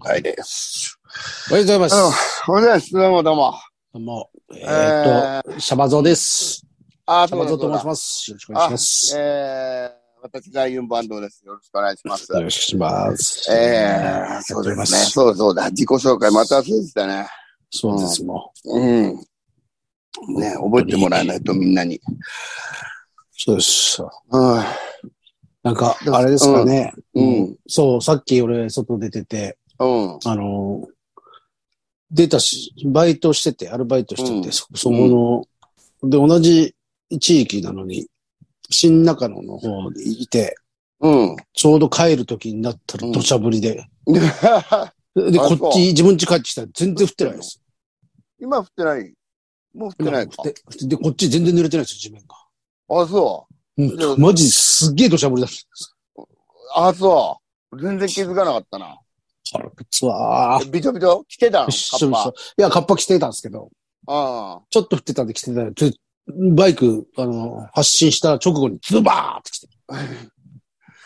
会です。おはようございまあのす。、おはようございます。どうもどうも。どうも、ええーっと、シャバゾウです。あシャバゾウと申しす。ます。よろしくお願いします。えー、私がユンバンドです。よろしくお願いします。よろしくします。えやー、ってそおうでりすまね。す。そうだそうだ。自己紹介また忘れてたね。そうです、もうん。ね、覚えてもらえないとみんなに。う。そうです。うん。なんか、あれですかね。うん。そう、さっき俺、外出てて、うん。あのー、出たし、バイトしてて、アルバイトしてて、うんそそこの、で、同じ地域なのに、新中野の方にいて、うん。ちょうど帰る時になったらうん土砂降りで、で、あそうこっち、自分家帰ってきたら全然降ってないです。 今降ってないもう降ってないか降って降ってで、こっち全然濡れてないですよ、地面が。あ、そう。うんマジすっげえ土砂降りだった。あ、そう。全然気づかなかったな。腹くつわー。えびちょびちょ来てたのカびっしょッびっしパょ。いや、カッパ着てたんですけど、。あちょっと降ってたんで着てたら、ずバイク、あの、発進した直後にズバーって来て。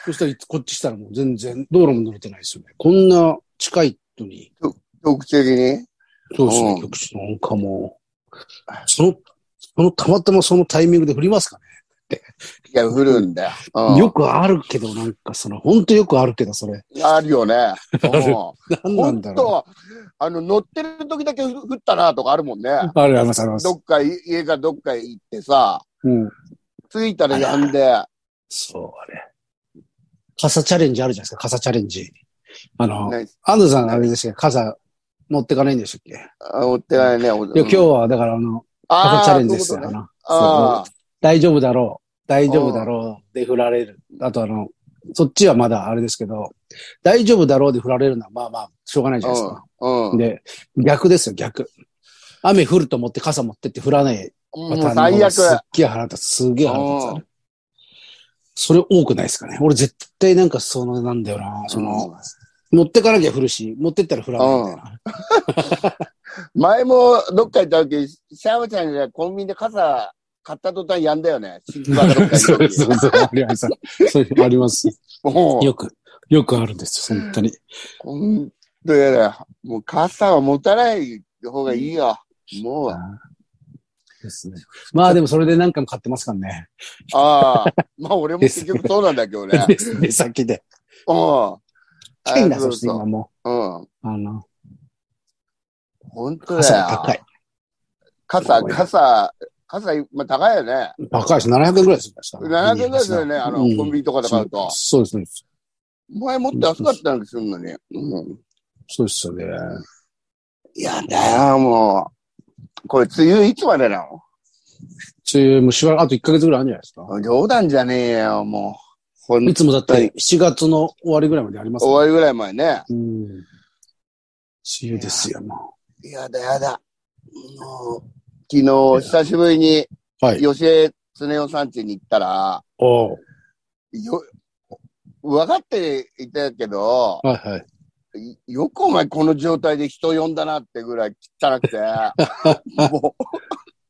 そしたら、こっち来たらもう全然、道路も濡れてないですよね。こんな近いのに、あ。局地的にそうですうね、ん局地なんかもう、その、その、たまたまそのタイミングで降りますかねいや、降るんだよ。うんよくあるけど、なんかその、ほんとよくあるけど、それ。あるよね。るうなんんなほんんだろと、あの、乗ってる時だけ降ったなとかあるもんね。う。あるあります、ありますど。っかい、家かどっかへ行ってさ、うん。着いたらやんで、そう、あれ。傘チャレンジあるじゃないですか、傘チャレンジ。あの、ね、安藤さんあれですけど、傘持ってかないんでしたっけいあ乗ってないね。今や今日は、だからあの、傘チャレンジですよ。あのあー大丈夫だろう。大丈夫だろう。で振られる。あとあの、そっちはまだあれですけど、大丈夫だろうで振られるのはまあまあ、しょうがないじゃそういうこないですか。とねうん。うん。で、逆ですよ、逆。雨降ると思って傘持ってって降らないもう最悪。すっげえ腹立つ。すげえ腹立つあうれ。それ多くないですかね。俺絶対なんかその、なんだよな。その、持ってかなきゃ降るし、持ってったら降らないみたいな。前もどっか行った時、シャムちゃんがコンビニで傘買った途端やんだよね。新宿かどっか そ行ったう時そうそう。あります。 そういうのあります。もうよく、よくあるんですよ、本当に。ほんとやだ。もう傘は持たない方がいいよ。もう。ですね。まあでもそれで何回も買ってますからね。ああ、まあ俺も結局そうなんだけどね。です ね、先で。うん。高いんだ、あそそうしてそう今もうん。う。あの、本当傘だがよ。高い。傘、傘、傘、まあ高いよね。高いし、700円ぐらいするんです700円ぐらいするよね、あの、コンビニとかで買うと。そうですね。前もっと安かったんでするのに。うん。そうですよね。いやだよ、もう。これ、梅雨いつまでなそういう虫はあと1ヶ月ぐらいあるんじゃないですか。の冗談じゃねえよ、もう。ほんいつもだって7月の終わりぐらいまであります終わりぐらい前ね。り。うん。梅雨ですよ、もいやだ、やだ。もう昨日、久しぶりに、う。はい。吉江恒夫さん家に行ったら、おうよ、分かっていたけど、はいはい。いよくお前この状態で人呼んだなってぐらい汚 くて、も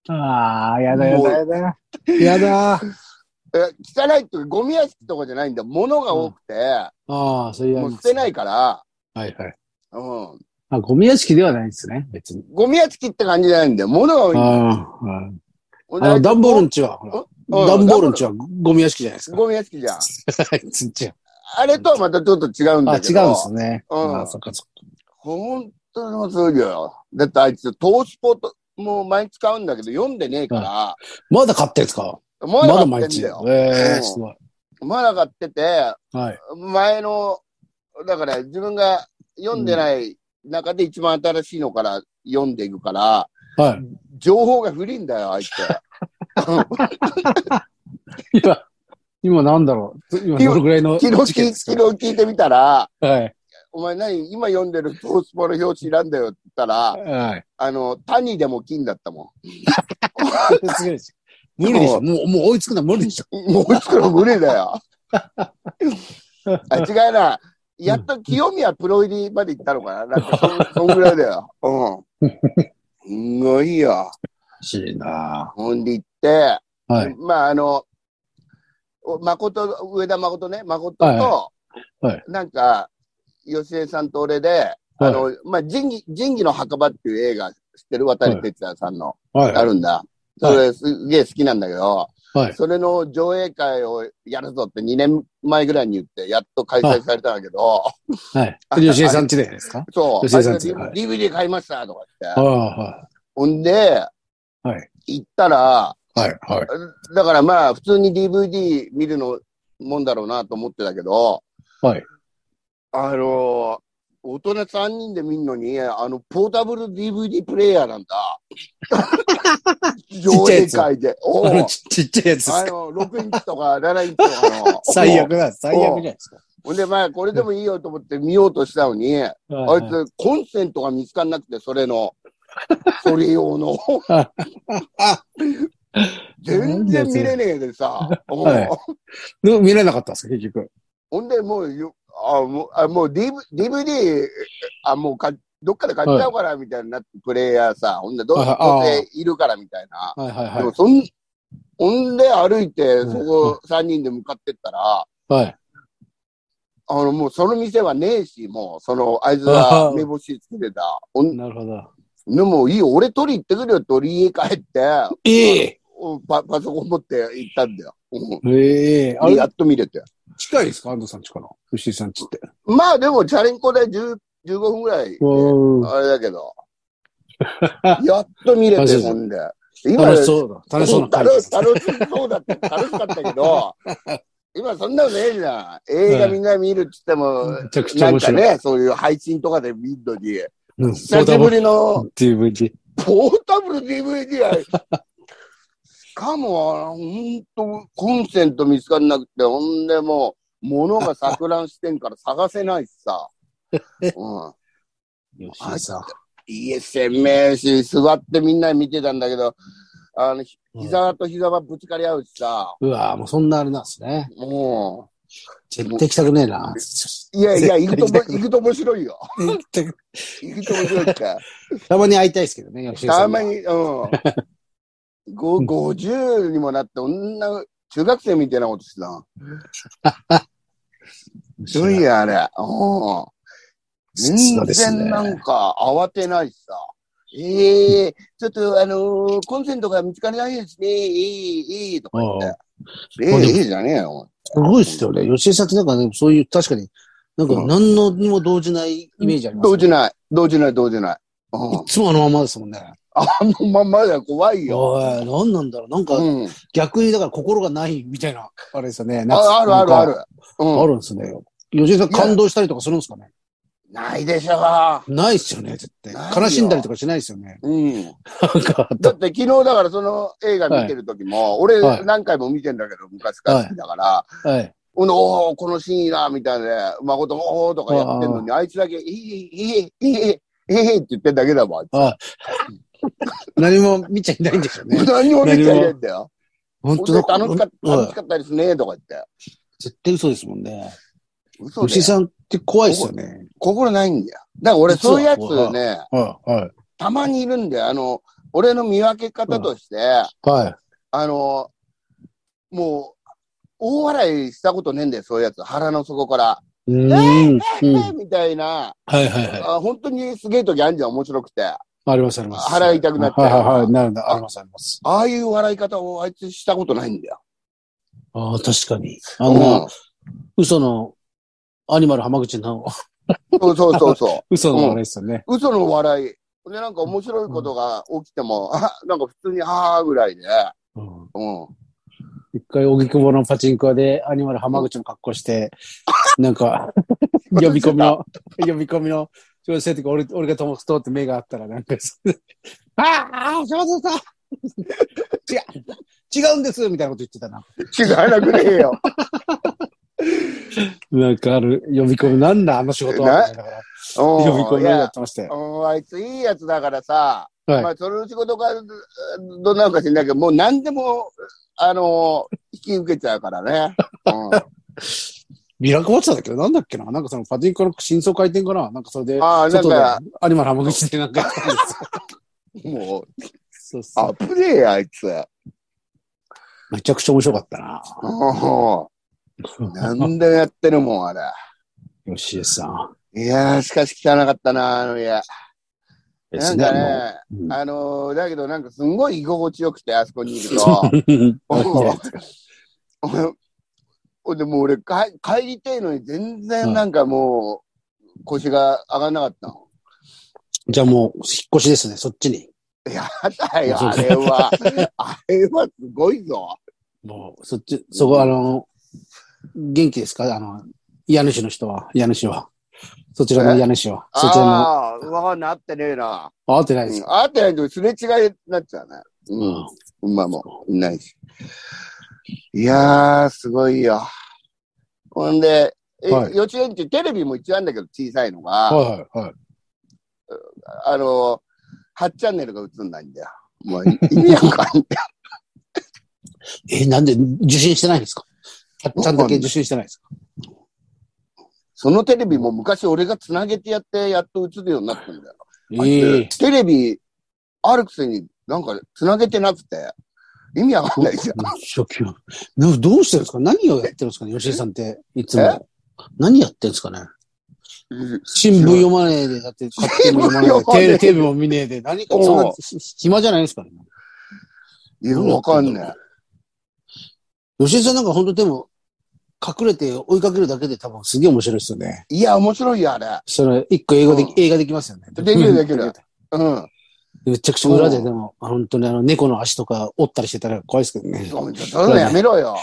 ああ、やだやだやだ。やだ。あう、え汚いっていうかゴミ屋敷とかじゃないんだ。物が多くて、あ、そういうもうや捨てないから、はいはい。うん。あ、ゴミ屋敷ではないんですね、別に。ゴミ屋敷って感じじゃないんだよ。物が多いあんだよ。あ、はい。あの、段ボールんちは、ほら。うん段ボールんちはゴミ屋敷じゃないです か。ゴミ屋敷じゃん。はい、ちっちゃいあれとはまたちょっと違うんあ、違だうんでけど。すね。うんああ、そっかそっ本当にもうすごいよ。だってあいつ、トースポと、もう毎日買うんだけど、読んでねえから、か。まだ買ってんすかままだだ毎買ってん日。だえよ。えう、んすごい。まだ買ってて、はい。前の、だから自分が読んでない中で一番新しいのから読んでいくから、は情報が古いんだよ、あい つ。い。今、今なんだろう。今どれぐらいの昨日時期聞い、です昨か日聞いてみたら、はい。お前何今読んでるトースポの表紙なんだよって言ったら、はい。あの、谷でも金だったもすごいです無理でしょ。もう、もう追いつくのは無理でしょ。ん。もういつから無理だ よ。あ違うな。やっと清宮プロ入りまで行ったのかななんかそん、そんぐらいだよ。 うん。すごいよ。しいなほんで行って、はい。まあ、あの、お誠、上田誠ね、誠と、はいはいはいなんか、吉江さんと俺で、あはいの、まあ、仁義、仁義の墓場っていう映画、知ってる渡哲也さんの、はい。あるんだ。それすげえ好きなんだけど、はい。それの上映会をやるぞって2年前ぐらいに言って、やっと開催されたんだけど、はい。あ吉江さんちでですかそう、吉井さんちあはい DVD 買いましたとか言ってあ。あ、はほんで、はい行ったら、い。はい。はい。だからまあ、普通に DVD 見るのもんだろうなと思ってたけど、はい。あのー大人3人で見るのに、あの、ポータブル DVD プレイヤーなん だ。上ちゃい映やつ会 で。おうあのちちっちゃいやつですあか。。の、6インチとか7インチとかの 最悪だ。最悪じゃないですか。ほんで、まあ、これでもいいよと思って見ようとしたのに、あはいいつ、コンセントが見つかんなくて、それの。それ用 の。全然見れねえでさ。はいの見れなかったんですか、結局。ほんで、もうよ、あ、もう、あもう DV DVD、あ、もうか、どっかで買っちゃおうかな、みたいになって、プレイヤーさ、ほんで、どうはいはいどうせいるから、みたいな。はいはいではも、そん、ほんで歩いて、んそこ3人で向かってったら、い。はい。あの、もうその店はねえし、もう、その、あいつあがー目星つけてた。ほんなるほど。でも、いいよ、俺取り行ってくるよって、俺家帰って、ええおパパソコン持って行ったんだよ。うんええあれやっと見れて。近いですか安藤さんちから。吉井さんちって。まあ、でも、チャリンコで10 15分ぐらいで。わあれだけど。やっと見れあてそうもんで。ー今楽しそうだ。楽しそうな感じ楽でしす。楽しそうだって、楽しかったけど、 今そんなのねえじゃん。映画みんな見るって言っても、めちゃくちゃなん面か白い。ね、そういう配信とかで見るのに、うん久しぶりの DVD。ポータブル DVD や。しかも、本当コンセント見つかんなくて、ほんでもう、物が錯乱してんから探せないし さ。うん吉井さん。家鮮明し、座ってみんなで見てたんだけど、あの、ひうん膝と膝はぶつかり合うしさ、うわぁ、もうそんなあれなんですね。も絶対行きたくねえな。う、いやいや、行絶く対とも、行きたくない行くと面白いよ。行きたく行くと面白い って。たまに会いたいですけど ね、吉井たさんまは。に、うん。ご、50にもなって、女、中学生みたいなことしてたな。ひどいや、あれ。うん。全然なんか慌てないしさ。ええちょっとあのーコンセントが見つからないですね。いい、いい、とか言って。えああえいいじゃねえよ。すごいっすよね。吉井さんってなんかね、そういう、確かに、なんかうん何のにも動じないイメージあります、動じい。ない。動じない、動じない。ういん。つもあのままですもんね。あのまんまだ、怖いいよ。や、何なんだろう。なんかうん。逆にだから心がないみたいな、あれですよね。なんかああるあるある。。あうん。るんですね。吉井さん感動したりとかするんですかねないでしょないっすよね、絶対ない。よ悲しんだりとかしないっすよね。う。うん。なんか、だって昨日だからその映画見てる時も、は俺い何回も見てんだけど、昔から好きだから、はい。ほんで、おお、このシーンいいな、みたいな、誠も、おお、とかやってんのに、あいつだけ、いい、いい、いい、いい、って言ってるだけだもん。何も見ちゃいないんでしょうね。何も見ちゃいないんだよ。 本ほん当でだ。楽しかった、うん楽しかったですね、とか言って。絶対嘘ですもんね。嘘吉井で。さんって怖いっすよね。心ないんだよ。だから俺、実はそういうやつね、はい、はい。たまにいるんだよ。あの、俺の見分け方として、はい。あの、もう、大笑いしたことねえんだよ、そういうやつ。腹の底から。うーん。えうんーみたいな、はいはいはい。あ本当にすげえ時あんじゃん、面白くて。ありますあります。腹痛くなっちゃうはいはいはい。なるほど。ありますあります。ああいう笑い方をあいつしたことないんだよ。ああ、確かに。あの、うん嘘の、アニマル浜口の、そうそうそうそ嘘のあれですよね。う。嘘の笑い。で、なんか面白いことが起きても、 あなんか普通に、ああ、ぐらいで。うんうん。一回、荻窪のパチンコ屋で、アニマル浜口の格好して、なん か、呼び込みの、呼び込みの、小生とか、俺、俺が友達通って目があったら、なんか、ああ、小生さん違う、違うんですみたいなこと言ってたな。違わなくねえ よ。なんかある、呼び込み、なんだ、あの仕事は。なみたいながらうん呼び込いみややってましたよ。うんあいついいやつだからさ、はいまあ、その仕事がどんなのか知んないけど、もう何でも、あの引き受けちゃうからね。 うん、ビラ配ってたんだけど、なんだっけななんかそのパチンコの真相回転かななんかそれで、ああ、なん外でか、、アニマル浜口でなんかやったんですよ。もう、そうそう。あぶねえよ、あいつ。めちゃくちゃ面白かったな。うんなんでやってるもん、あれ。吉江さん。いやー、しかし汚かったな、あの家。ですね。なんもかね、ううんあのーだけどなんかすんごい居心地よくて、あそこにいると。 おでも俺か帰りたいのに全然なんかもう腰が上がんなかったの。 じゃあもう、引っ越しですね、そっちに。やだよ、あれは。あれはすごいぞ。もう、そっち、そこ、あの、元気ですかあの、家主の人は、家主は。そちらのえ家主は。そちらの、あ、ああ、わかんない、合ってねえな。合ってないでうすんか、合ってないとすれ違いになっちゃうね。うん。馬もいないし。いやー、すごいよ。ほんで、えはい幼稚園ってテレビも一応あるんだけど、小さいのが、はいはいはい。あの、8チャンネルが映んないんだよ。もうい意味わかんない。 え、なんで受信してないんですかたっちゃんだけ受信してないですかそのテレビも昔俺が繋げてやって、やっと映るようになったんだよ。ええテレビ、あるくせになんか繋げてなくて、意味わかんないじゃん。初級。などうしてるんですか何をやってるんですかね吉井さんって、いつえも。何やってるんですかね新聞読まねえで、だって、買っても読新聞読ままねねええでで、テレビも見ねえで、何かそんなひ暇じゃないですからね。いや、わかんない。吉井さんなんか本当でも、隠れて追いかけるだけで多分すげえ面白いですよね。いや、面白いよ、あれ。それ、一個英語で、うん映画できますよね。できるできるうん。めちゃくちゃ裏ででも、あ本当にあの、猫の足とか折ったりしてたら怖いですけどね。そう、そういうのやめろよ。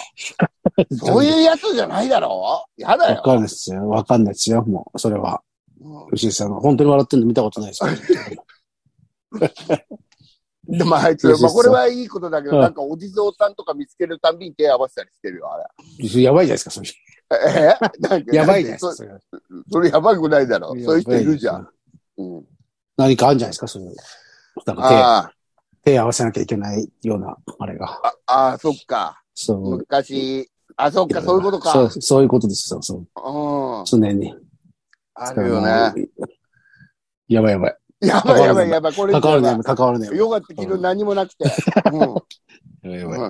そういうやつじゃないだろやだわかんよ。ないですよ。わかんないですよ。もう、それは。うん吉井さんの。本当に笑ってるの見たことないですけど。でもあいつ、そうそうまそあこうれはいいことだけうど、んなんかお地蔵さんとか見つけるたんびに手合わせたりしてるよ、あれ。やばいじゃないですか、それ。 えなんかやばいじゃないですそか、それ。それやばくないだろ。そういう人いるじゃやばん。うん。何かあるんじゃないですか、そういう。なんかあ手、手合わせなきゃいけないような、あれが。あ、ああ、そっか。そう。昔、あ、そっか、そういうことか。そうう、そういうことです。そう、そう。ん。常に。あるよね。やばいやばい。やばいやばいやばい、これ関以わる上なだよ、。関わるなよ。ヨガって昨日何もなくて。うん。やばいやうんばい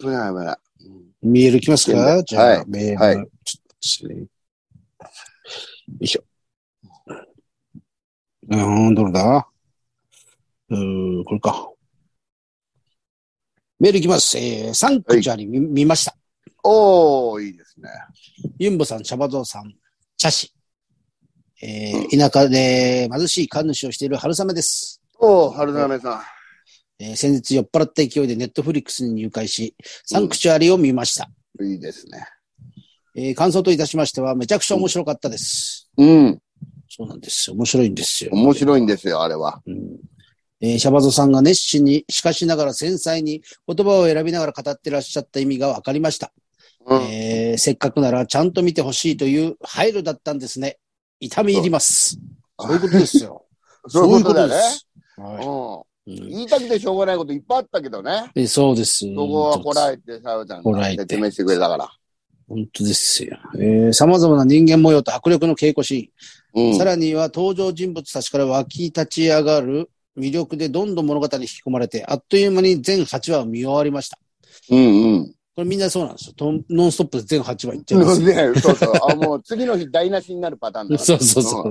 危ない危ない。メール来ますはかいじゃはあ、メール。はいちょっと失礼。よいしょ。うーん、どれだうーん、これか。メールいきます。えー、サンクチュアリ見,、見ました。おー、いいですね。ユンボさん、シャバゾウさん、チャシ。えー、田舎で貧しい神主をしている春雨です。おー、春雨さん。えー先日酔っ払った勢いでネットフリックスに入会し、サンクチュアリを見ました。いいですね。えー感想といたしましては、めちゃくちゃ面白かったです。うん。そうなんですよ。面白いんですよ。面白いんですよ、あれは。うんえーシャバゾさんが熱心に、しかしながら繊細に言葉を選びながら語ってらっしゃった意味がわかりました。うん。えーせっかくならちゃんと見てほしいという配慮だったんですね。痛み入ります。うんそういうことですよ。そういうことだね。そういううことです。ん。はい言いたくてしょうがないこといっぱいあったけどね。えーそうです。そこはこらえて、さよちゃんこがらえて説明してくれたから。本当ですよ。えー、様々な人間模様と迫力の稽古シうーン。んさ。らには登場人物たちから湧き立ち上がる魅力でどんどん物語に引き込まれて、あっという間に全8話を見終わりました。うんうん。これみんなそうなんですよ。とノンストップで全8話いっちゃいま す。ね、そうそう。あ、もう次の日台無しになるパターンだから。 そうそうそう。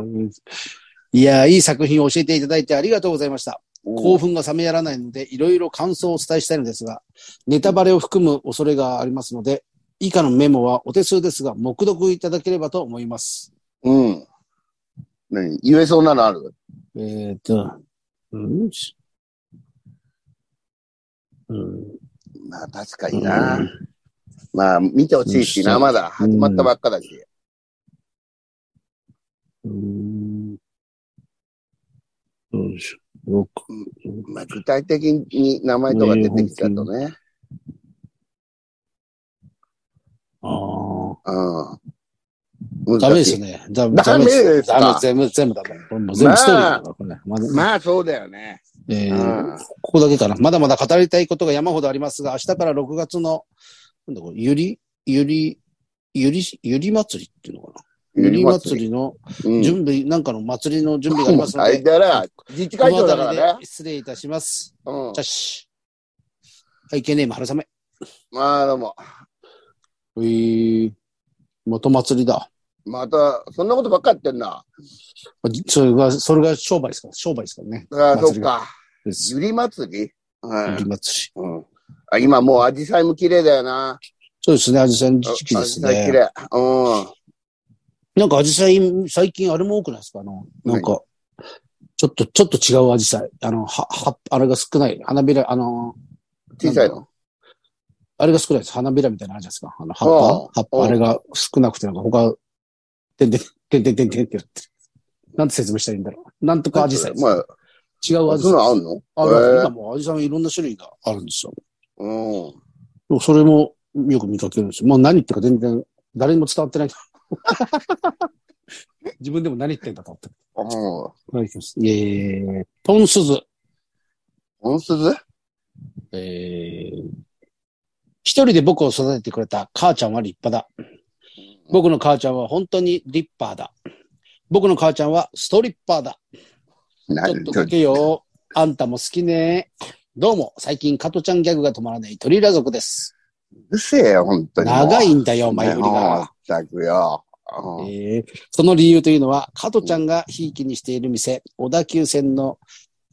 いやー、いい作品を教えていただいてありがとうございました。興奮が冷めやらないので、いろいろ感想をお伝えしたいのですが、ネタバレを含む恐れがありますので、以下のメモはお手数ですが、目読いただければと思います。うん。うん。何言えそうなのあるえー、っと、うんしうん。まあ確かにな。まあ見てほしいしな、うんまだ始まったばっかだし。うん。どうしよう。6。まあ具体的に名前とか出てきちゃうとね。あうん。あ。ダメですよね。ね。ダメダメですかダメ、全部、全部ダメ。これもう全部ストーリーだから、これね。まだまあそうだよね。えうーん。ここだけかな。まだまだ語りたいことが山ほどありますが、明日から6月の、なんだこれ、ゆり、ゆり、ゆり、ゆり祭りっていうのかな。ゆり祭りのうん。準備、なんかの祭りの準備がありますのあでい、だら、自治会長だかこの辺らりねで。失礼いたします。うんじゃ。し。背景ネーム、春雨。まあどうも。えー、元祭りだ。また、そんなことばっかやってんな。それが、それが商売ですから、商売ですからね。ああ、そ祭っりか。です。ゆり祭りは売いり。ますし。うん。あ、今もうアジサイも綺麗だよな。そうですね、アジサイのあ時期で紫す陽花綺ね。麗。うん。なんかアジサイ、最近あれも多くないですかあの、なんか、ちょっと、ちょっと違うアジサイ。あの、は、は、あれが少ない。花びら、あの、小さいの。あれが少ないです。花びらみたいなのあるじゃないですか。あの、葉っぱ葉っうんぱ、あれが少なくて、なんか他、てんてん、てんてんてんてんってやってる。なんて説明したらいいんだろう。なんとかアジサイです。まあ、違うアジそんなサのあイ。んのあ、なんかへえ今もうアジサイのいろんな種類があるんですよ。うん。でもそれもよく見かけるんですよ。もう何言ってるか全然、誰にも伝 わってない。自分でも何言ってんだと思って。うん。はい、行きます。えー、トンスズ。本鈴えー、一人で僕を育ててくれた母ちゃんは立派だ。僕の母ちゃんは本当に立派だ。僕の母ちゃんはストリッパーだ。なちょっとかけよう。あんたも好きね。どうも、最近加トちゃんギャグが止まらないトリラ族です。うるせえよ、本当に。長いんだよ、よ、前振りが。全くよ。うんえーその理由というのは、加トちゃんがひいきにしている店、小田急線の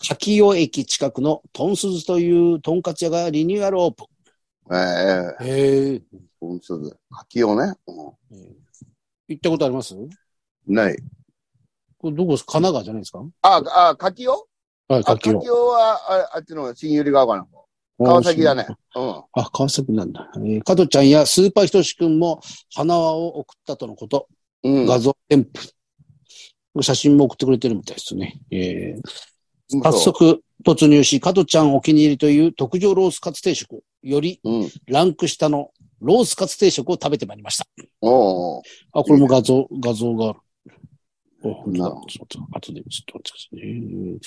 柿尾駅近くのトンスズというとんかつ屋がリニューアルオープええ、ン。へえ。本鈴。柿をね。う行ったことありますんない。これどこです神奈川じゃないですかあ、あ、柿をはい、あ柿柿尾。をは、ああっちの新百合ヶ丘の方。川崎だね。うん。あ、川崎なんだ。えー、加トちゃんやスーパーひとしくんも花輪を送ったとのこと。うん。画像添付。写真も送ってくれてるみたいですね。えー早速突入し、加トちゃんお気に入りという特上ロースカツ定食、よりうん。うん。ランク下のロースカツ定食を食べてまいりました。おうおうあ、これも画像、画像がある。おななるほるほど。ちょっと後でちょっと待ってくださいね。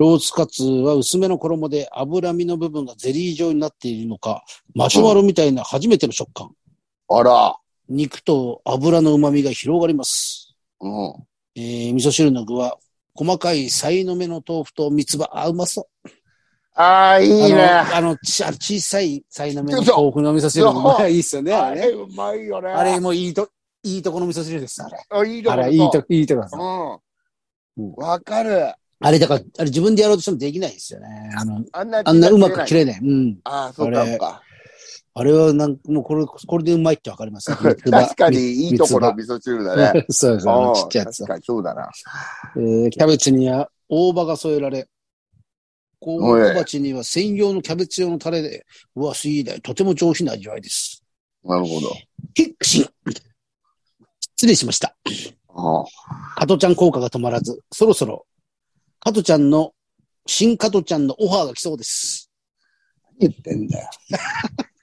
ロースカツは薄めの衣で脂身の部分がゼリー状になっているのか、マシュマロみたいな初めての食感。あら。肉と油の旨味が広がります。うん。えー味噌汁の具は、細かいさいの目の豆腐と三つ葉。あ、うまそ。ああ、いういね。あの、あのちあの小さいさいの目の豆腐の味噌汁そうも、いいっすよね。ああれれ、ねうまいよね。あれもいいと、いいとこの味噌汁です、あれ。あ、いいとあこれ、いいと、いいとこです。こ。ううんん。わかる。あれ、だから、あれ自分でやろうとしてもできないですよね。あの、あんな、あんなうまく切れない。うん。ああ、そうか、あれそうか。あれは、なんもうこれ、これでうまいってわかりますね。三つ葉 確かに、いいとこの味噌汁だね。 そうですうよんね。ちっちゃいやつ確。かに、そうだな。えーキャベツには大葉が添えられ、こおうい小鉢には専用のキャベツ用のタレで、うわ、すいいだよ。とても上品な味わいです。なるほど。キックシン失礼しました。ああ加トちゃん効果が止まらず、そろそろ、加トちゃんの、新加トちゃんのオファーが来そうです。言ってんだよ。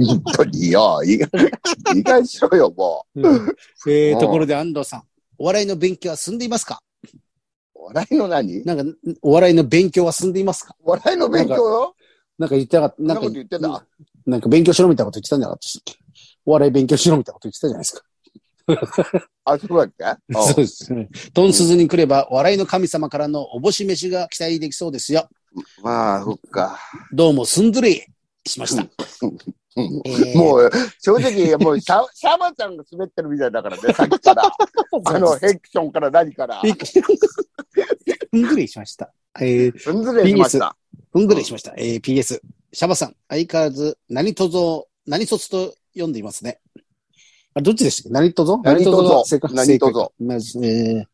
本当によ、いいいい加減しろよ、もえうー、んところで安藤さん、お笑いの勉強は進んでいますかう。笑いの何なんか、んお笑いの勉強は進んでいますか笑いの勉強よなんか言ってなかった。そんななんこかと言ってた。なんか勉強しろみたいなこと言ってたんじゃなかったっけお笑い勉強しろみたいなこと言ってたじゃないですか。あ、そうだっ けそうですね。トンスズに来れば、お笑いの神様からのおぼし飯が期待できそうですよ。うんまあ、そっか。どうも、すんずりしました。うんえーもう、正直、もうシャ、シャバちゃんが滑ってるみたいだ からね、さっきから。あの、ヘクションから何から。びっくりすんずりしました。えー、すんずれしました。すんずりしました。えー、PS。シャバさん、相変わらず、何とぞ、何卒と読んでいますね。あ、どっちでしたっけ何とぞ何とぞが正解何とぞ正解まずえー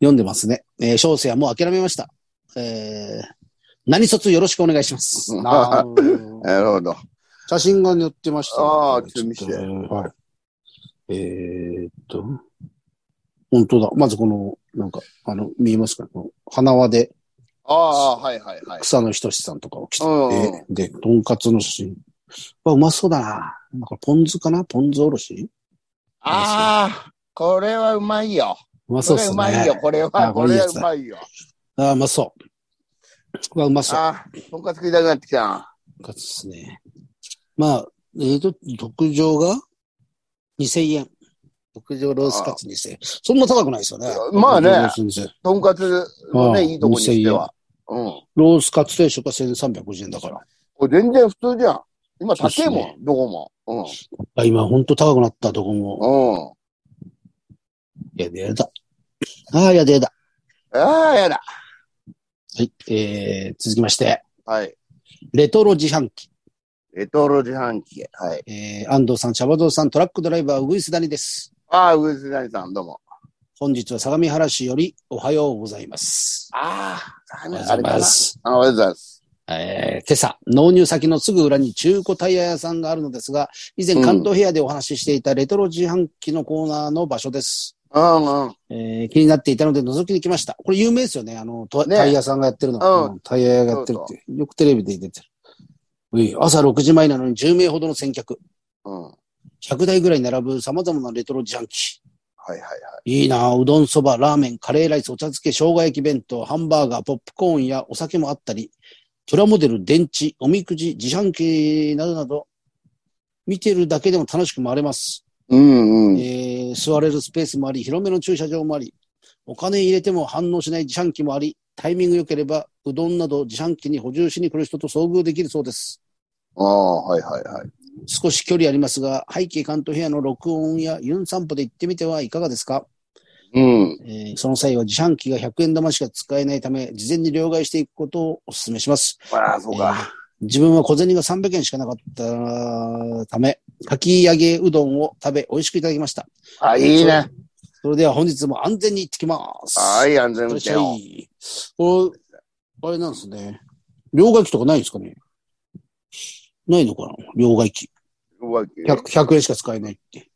読んでますね。えー、小生はもう諦めました。えー、何卒よろしくお願いしま す。うんなーなるほど。写真が載ってました、ああちょっと見せてちょっとはい。えーっと、本当だ。まずこの、なんか、あの、見えますかこの花輪でああ、はいはいはい。草野仁さんとかを着てうん。で、とんかつの写真。わ、うまそうだな。なんかポン酢かなポン酢おろしああ、これはうまいよ。うまこそうでれうすね。まいよ、これは。あここれいいれはやうつだまいよ。ああ、うまそう。わ、うまそう。ああ、とんかつ食いたくなってきた。とんかつですね。まあ、えっ、と、特上が2000円。特上ロースカツ2000円。そんな高くないですよね。まあね特上ロース2000円とんかつのああね、いいとこにしては。うん。ロースカツ定食は1350円だから。これ全然普通じゃん。今高えそうっもすん、どこも。うん。あ今ほんと高くなったとこも。うん。やだやだ。ああ、やだやだ。ああ、やだ。はい。えー、続きまして、はい。レトロ自販機。レトロ自販機。はい。えー、安藤さん、シャバゾウさん、トラックドライバー、ウグイスダニです。ああ、上杉谷さん、どうも。本日は相模原市よりおはようございます。ああ、あおはれようあれかございまな。す。あおはようございます。えー、今朝、納入先のすぐ裏に中古タイヤ屋さんがあるのですが、以前うん関東平野でお話ししていたレトロ自販機のコーナーの場所です。うんうん。えー気になっていたので覗きに来ました。これ有名ですよね。あの、トねタイヤさんがやってるの、うんタイヤ屋がやってるって。よくテレビで出てる。うい朝6時前なのに10名ほどの先客。うん。は100台ぐらい並ぶ様々なレトロ自販い機。はいはい。いいなあうどんそば、ラーメン、カレーライス、お茶漬け、生姜焼き弁当、ハンバーガー、ポップコーンやお酒もあったり、プラモデル、電池、おみくじ、自販機などなど、見てるだけでも楽しく回れます。うんうん。えー座れるスペースもあり、広めの駐車場もあり、お金入れても反応しない自販機もあり、タイミング良ければ、うどんなど自販機に補充しに来る人と遭遇できるそうです。ああ、はいはいはい。少し距離ありますが、背景関東部屋の録音やユン散歩で行ってみてはいかがですかうん。えーその際は自販機が100円玉しか使えないため、事前に両替していくことをお勧めします。ああ、そうか。自分は小銭が300円しかなかったため、かき揚げうどんを食べ、美味しくいただきました。あいいね。それでは本日も安全に行ってきます。はい、安全い運らっし転ゃを。い。これ、あれなんですね。両替機とかないんですかねないのかな両替機。うわけ 100, 100円しか使えないって。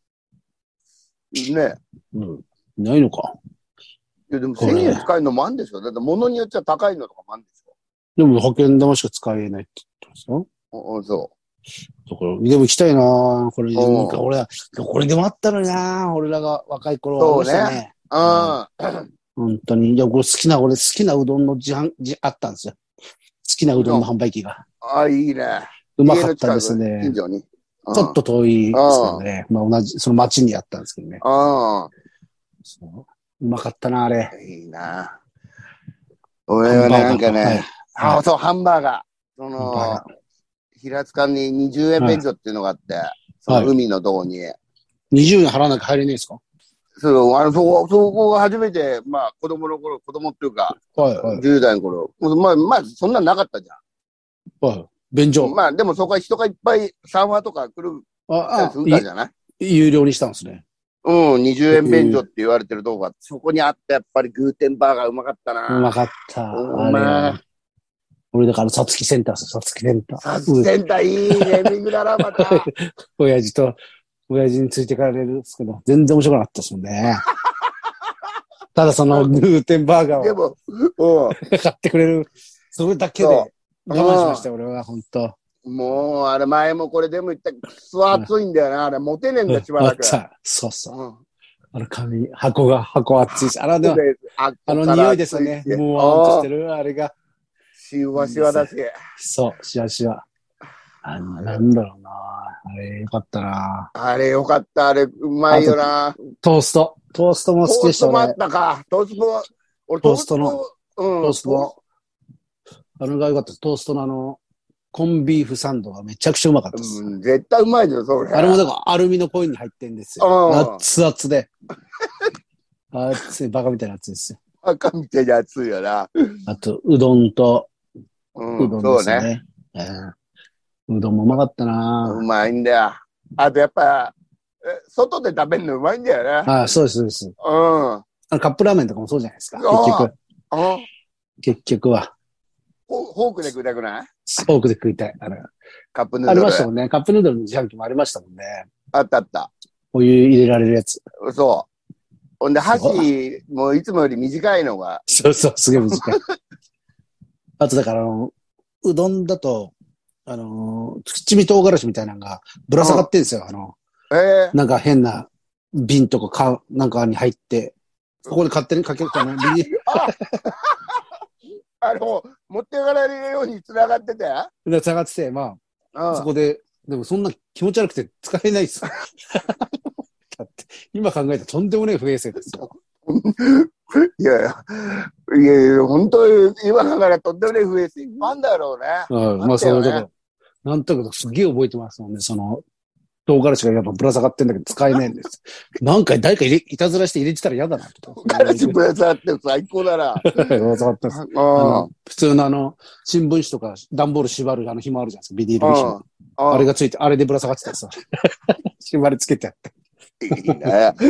ね。うん。ないのか。いやでもこれ1000円使えるのもあんでしょだって物によっちゃ高いのとかもあんでしでも、派遣玉しか使えないって言ってますよ。ょおおそだから、でも行きたいなこれ、んなんか俺ら、これでもあったのにな俺らが若い頃はありましたそうね。う。うん。本当に。いや、これ好きな、俺好きなうどんの自販、じあったんですよ。好きなうどんの販売機が。あいいね。うまかったですね家。の近く近所に。うんちょっ。と遠いですけどね。まあ同じ、その町にあったんですけどね。あそううまかったな、あれ。あ、いいな。俺はね、なんかね、はいあそう、ハンバーガー。そハンバーのガ、平塚に20円便所っていうのがあって、その海のとこに。はい。20円払わなきゃ入れないですかそう、あの、そこ、そこが初めて、まあ、子供の頃、子供っていうか、はい、はい、 10代の頃、まあ、まあ、そんなんなかったじゃはい。便所ん。。まあ、でもそこは人がいっぱい、サンマとか来るああするからじゃないい有料にしたんですね。うん、20円便所って言われてるとこが、そこにあったやっぱりグーテンバーガーうまかったうな。まかった。うまいあれは俺だから、さつきセンターさ、さつきセンタサー。スセンターいい ネーミングだな、また。お親父と、親父についてかられるんですけど、全然面白くなかったですもん ね。ただその、グーテンバーガでーをも、う買ってくれる、それだけでそ我う慢しましたよ、俺は、本当ん。もう、あれ前もこれでも言ったけど、くそ熱いんだよな。あれ、モテねえんうだ、しば んあらっく。た。そうそう。うん。あの紙、箱が、箱熱いし、あらでは、ああの匂いですよね。もうあーんとしてる、あれが。しわしわだし。そう、シワシワ。あの、なんだろうな。あれ、よかったな。あれよかった、あれうまいよな。トースト。トーストもト好きーでスしたトもあっね。たか。トースト、俺トーストの。うん。トーストも。あれが良かったです。トーストのあの、コンビーフサンドがめちゃくちゃうまかったです。うん絶対うまいじゃん、それ。あれもだからアルミのコインに入ってんですよ。うん。熱々 で。熱い、バカみたいな熱いですよ。赤みたいに熱いよな。あと、うどんと、う、うんどんそでうすね。ね。うんうどんもうまかったなうまいんだよ。あとやっぱ、え外で食べるのうまいんだよね。ああ、そうです、そうです。うん。うんあのカップラーメンとかもそうじゃないですか。結あ局、結局は、フォフォークで食いたくないフォークで食いたい。あれカップヌあーりドましたル。もんね。カップヌードルの自販機もありましたもんね。あったあった。お湯入れられるやつ。そう。ほんで、箸もいつもより短いのが。そうそう、すげ え短い。あとだからあの、うどんだと、あのー、七味唐辛子みたいなのがぶら下がってんですよ。あの、ええなんか変な瓶とかか、なんかに入って、ここで勝手にかけ るかな。ビニあの、持ってかれるように繋がってて。ぶら下がってて、まうあ、んそこで、でもそんな気持ち悪くて使えない ですよ。だって、今考えたらとんでもねえ不衛生ですよ。いやいや、いやいや、本当に今からとんでもない不衛生いっぱいあんだろうね。うん、あまあったそよういうねとこ。なんとなくすげえ覚えてますもんね、その、唐辛子がやっぱぶら下がってんだけど使えないんです。 何回誰か入れ、いたずらして入れてたら嫌だなと。彼氏ぶら下がって最高だな。ぶら下がってます。ああの普通のあの、新聞紙とか段ボール縛るあの紐あるじゃないですか、ビニール紐。あ。ああれがついて、あれでぶら下がってたんですよ。 縛り付けてあって。が。う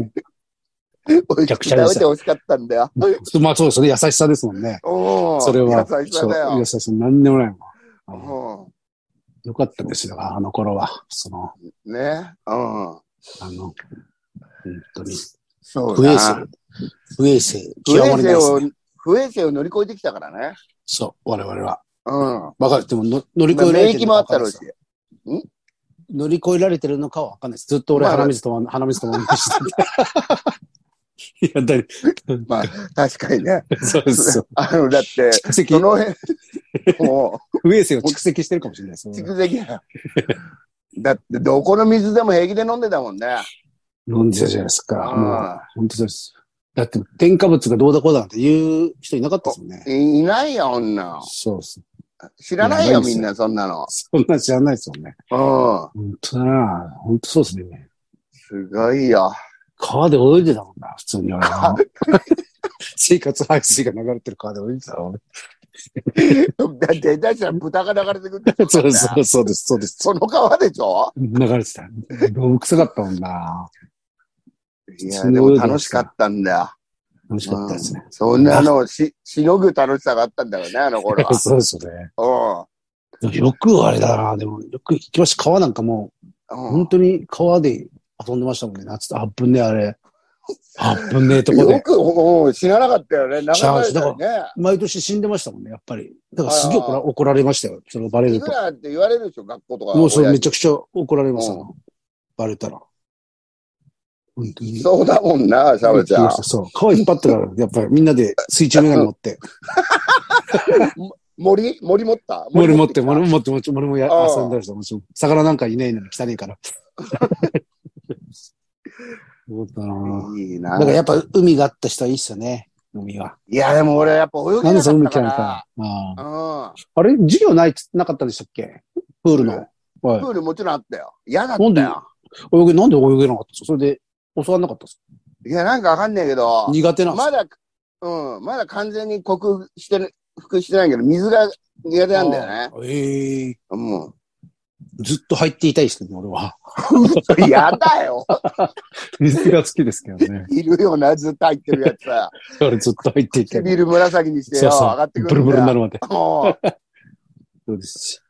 んおい、めちゃ食くちゃでべすてよほしかったんだよ。まあそうですね、優しさですもんね。おーそれは。優しさだそう優よ。しさ、なんでもないもん。あうんよかったですよ、あの頃は。その、ね。うん。あの、本当に。そう不衛だ生。不衛生。不衛極まりな生いですをね。、不衛生を乗り越えてきたからね。そう、我々は。うん。わかる。でもの、乗り越えられ免てる疫のもあかった分かんなろいうでしす。。乗り越えられてるのかはわかんないです。ずっと俺、まあ鼻水とまん、鼻水とまんま してた。いや、だいまあ、確かにね。そうですよ。あの、だって、蓄積そ、 の辺、も不衛生を蓄積してるかもしれないですう、ね。蓄積だよ。だって、どこの水でも平気で飲んでたもんね。飲んでたじゃないですか。もう、あ本当です。だって、添加物がどうだこうだなんて言う人いなかったですもんね。いいないよ、女。そうです。知らないよ、いやないですみんよな、そんなの。そんな知らないですよね。うん。本当だな。本当そうですね。すごいよ。川で泳いでたもんな、普通に俺は。 生活排水が流れてる川で泳いでたもんね。だって、下手したら豚が流れてくるってことそだうよです、そうです、そうです、そうです。その川でしょ流れてた。どう臭かったもんな。いや、でも楽しかったんだよ。楽しかったですね。そんなのをし、しのぐ楽しさがあったんだろうね、あの頃 そうですよね。は。でもよくあれだな、でもよく行きました。川なんかもうんう、うん本。当に川で遊んでましたもんね。夏と、あっぶねえ、あれ。あっぶねえとこよで。く、うん死ななかったよね。流知らなさいれたですよね。毎年死んでましたもんね、やっぱり。だからすげえ怒ら怒られましたよ。それがバレいるくと。らって言われるでしょ、学校とか。もうそれ親めにちゃくちゃ怒られましたうな。バレたら。本当に。そうだもんな、シャブちゃん。そう。川引っ張ってから、やっぱりみんなで水中メガネ持 って、森森持った森持って、きた森持って、森もやああ遊んだりして、もちろん。魚なんかいないのに汚 いから。そうだなぁいいだな。からやっぱ海があった人はいいっすよね。海は。いや、でも俺やっぱ泳なげんでなそのか海った嫌かいなのらか。あうん。ああれ授業ないっつ、なかったでしたっけプールの。はいプ。ールもちろんあったよ。嫌だっなんたでよ。泳げ、なんで泳げなかったんですかそれで、教わんなかったんですいや、なんかわかんないけどか、苦手なんですまかだ、うん、まだ完全に克服してる、克服してないけど、水が苦手なんだよね。ああええ うん。ずっと入っていたいですけどね、俺は。 やだよ。水が好きですけどね。いるよな、ずっと入ってるやつさ。俺ずっと入っていたい。ビール紫にしてそよ、うそう上がってくブルるんブだルになよ。るまで。もうそうです。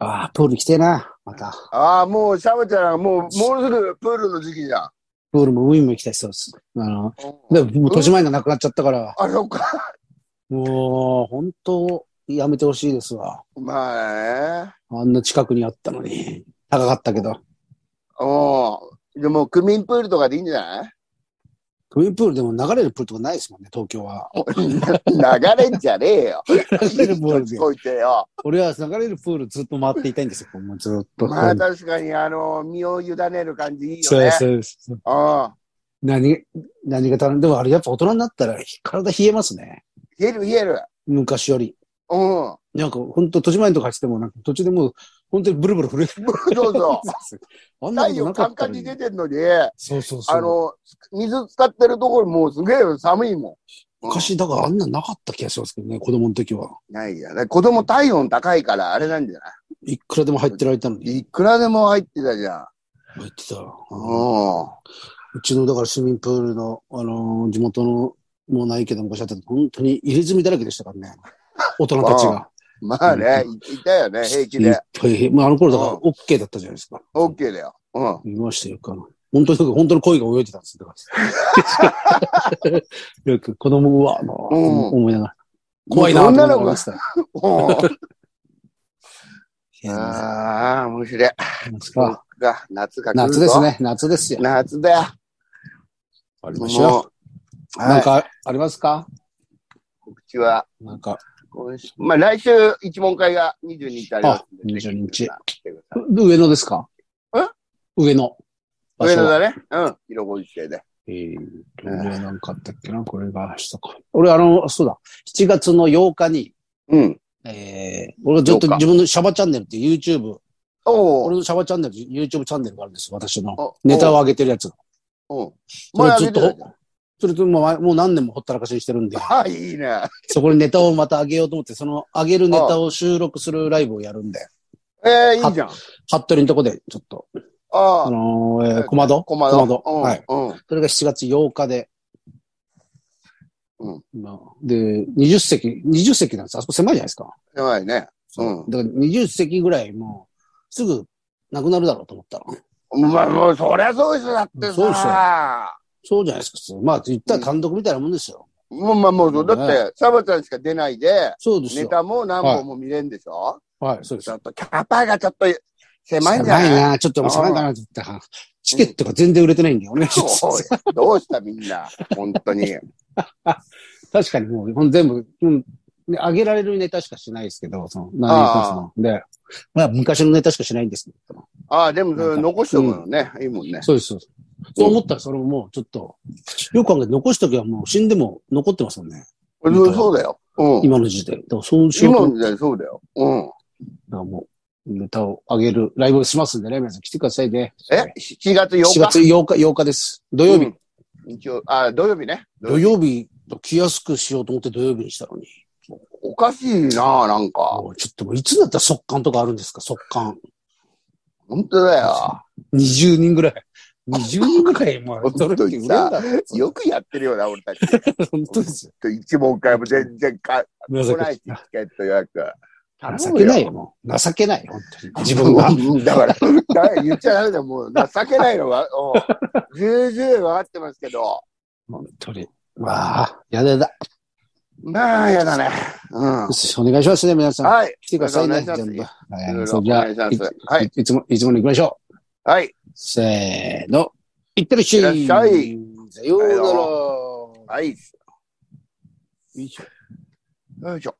ああ、プール来てえな、また。ああ、もう、シャブちゃん、もう、もうすぐプールの時期じゃん。プールも海も行きたいそうです。あの、でも、もう年前がなくなっちゃったから、あ、そっか。もう、本当やめてほしいですわ。まあね。あんな近くにあったのに。高かったけど。うん。でも、区民プールとかでいいんじゃないクミンプールでも流れるプールとかないですもんね、東京は。流れんじゃねえよ。流れるプー ルで。こいてよ。俺は流れるプールずっと回っていたいんですよ、もうずっと。まあ確かに、あの、身を委ねる感じいいそようねです。そうです。うん。何、何が頼んでもあれやっぱ大人になったら体冷えますね。冷える冷える。昔より。うん。なんか、ほんと、閉じ前のとか走っても、なんか、途中でもう、本当にブルブル震えてどう ぞ。あんな太こと陽なかカっンたカのンにに出てんのに、そうそうそう。あの、水使ってるところもうすげえ寒いもん。昔、だからあんななかった気がしますけどね、子供の時は。ないや。だから子供体温高いからあれなんじゃないいくらでも入ってられたのに。いくらでも入ってたじゃん。入ってた。ううん。ちの、だから市民プールの、あのー地元の、もうないけど、昔あった時本当に入れ墨だらけでしたからね。大人たちが。まあね、いいたよね、平気いっで。ぱい。まあ、あの頃だからうん、 OK だったじゃないですか。オッケーだよ。うん。見ましたよ、よくあの本当に、本当に鯉が泳いでたんですよ。だから よく子供うわ、あのーうん思いながら。怖いなと思いながら見てた。ういん。やああ、面白い。夏か。が、夏が来るぞ夏です。ね。夏ですよ。夏だよ。ありましょもう、う。はいなんかありますか告知は、なんか、今週まあ来週一問会が22日ありますんで。あ22日来てください。う上野ですかえ上野。場上所野は。だね。うん。広ご一生で。えーと、上野なんかあったっけなこれが明日か。俺、あの、そうだ。7月の8日に、うん。えー、俺ずっと8日自分のシャバチャンネルっていう YouTube おお俺うのシャワーチャンネル、YouTube チャンネルがあるんですよ、私の。お。ネタを上げてるやつが。おう。それ前あずげってとたじゃん。それともう、もう何年もほったらかしにしてるんで、あ、いいね。そこにネタをまた上げようと思って、その上げるネタを収録するライブをやるんで、ええいいじゃん。服部のとこで、ちょっと、あああ、のーえー小窓小窓。うんはい。うん。それが7月8日で、うんまあで、20席、20席なんです。あそこ狭いじゃないですか。やばいね。うんだから20席ぐらいもう、すぐなくなるだろうと思ったら。まあ、もう、そりゃそうでしょ、だってさ。そうでしそうじゃないですか普通。まあ、言ったら単独みたいなもんですよ。もう、まあ、もう、だって、サボちゃんしか出ないで、そうですネよ。タも何本も見れんでしょ、はい、そうですちょ。っと、キャパがちょっと狭いんじゃない狭いな。ちょっと狭いかなって言ったら、チケットが全然売れてないんで、お願いします。おいどうしたみんな。本当に。 確かにもう、ほん全部、うん、ね上げられるネタしかしないですけど、その、何に関しても。で、まあ、昔のネタしかしないんです。ああ、でも、それ残しておくのね、いいもんね。そうです。そうですそう思ったら、それももう、ちょっと、よく考えて残しときはもう死んでも残ってますもんね。そうそうだよ。うん。今の時点。でもそうしようと今思っの時代そうだよ。うん。たらもう、ネタを上げる、ライブをしますんでね、皆さん来てくださいね。え ?7 月4 ?7 日。月8日、8日です。土土曜日。。日曜、あ、土曜日ね。土曜日と来やすくしようと思って土曜日にしたのに。おかしいな、なんか。もうちょっともういつだったら速乾とかあるんですか速乾。本当だ よ。 20人ぐらい。20人ぐらい、まあ、本当にそれって売れんだろうよくやってるよな、俺たち。本当ですよ。一問会も全然か、情来けなないし、いチ。ケット予約。情けないよ、もう。情けない、本当に。自 分が。うんだから、だから言っちゃダメだよ、もう。情けないのは、うん重々分かってますけど。本当に。わあ、やだやだ。まあ、やだね。うんよ。しお願いしますね、皆さん。はい。来てくださいね、お願いします全部。いはろいい、ろそおれじゃあ願いしますいはいいつも、いつもの行きましょう。はい。せーの。いってらっしゃい。いってらっしゃい。さようなら。はい。よいしょよいしょ。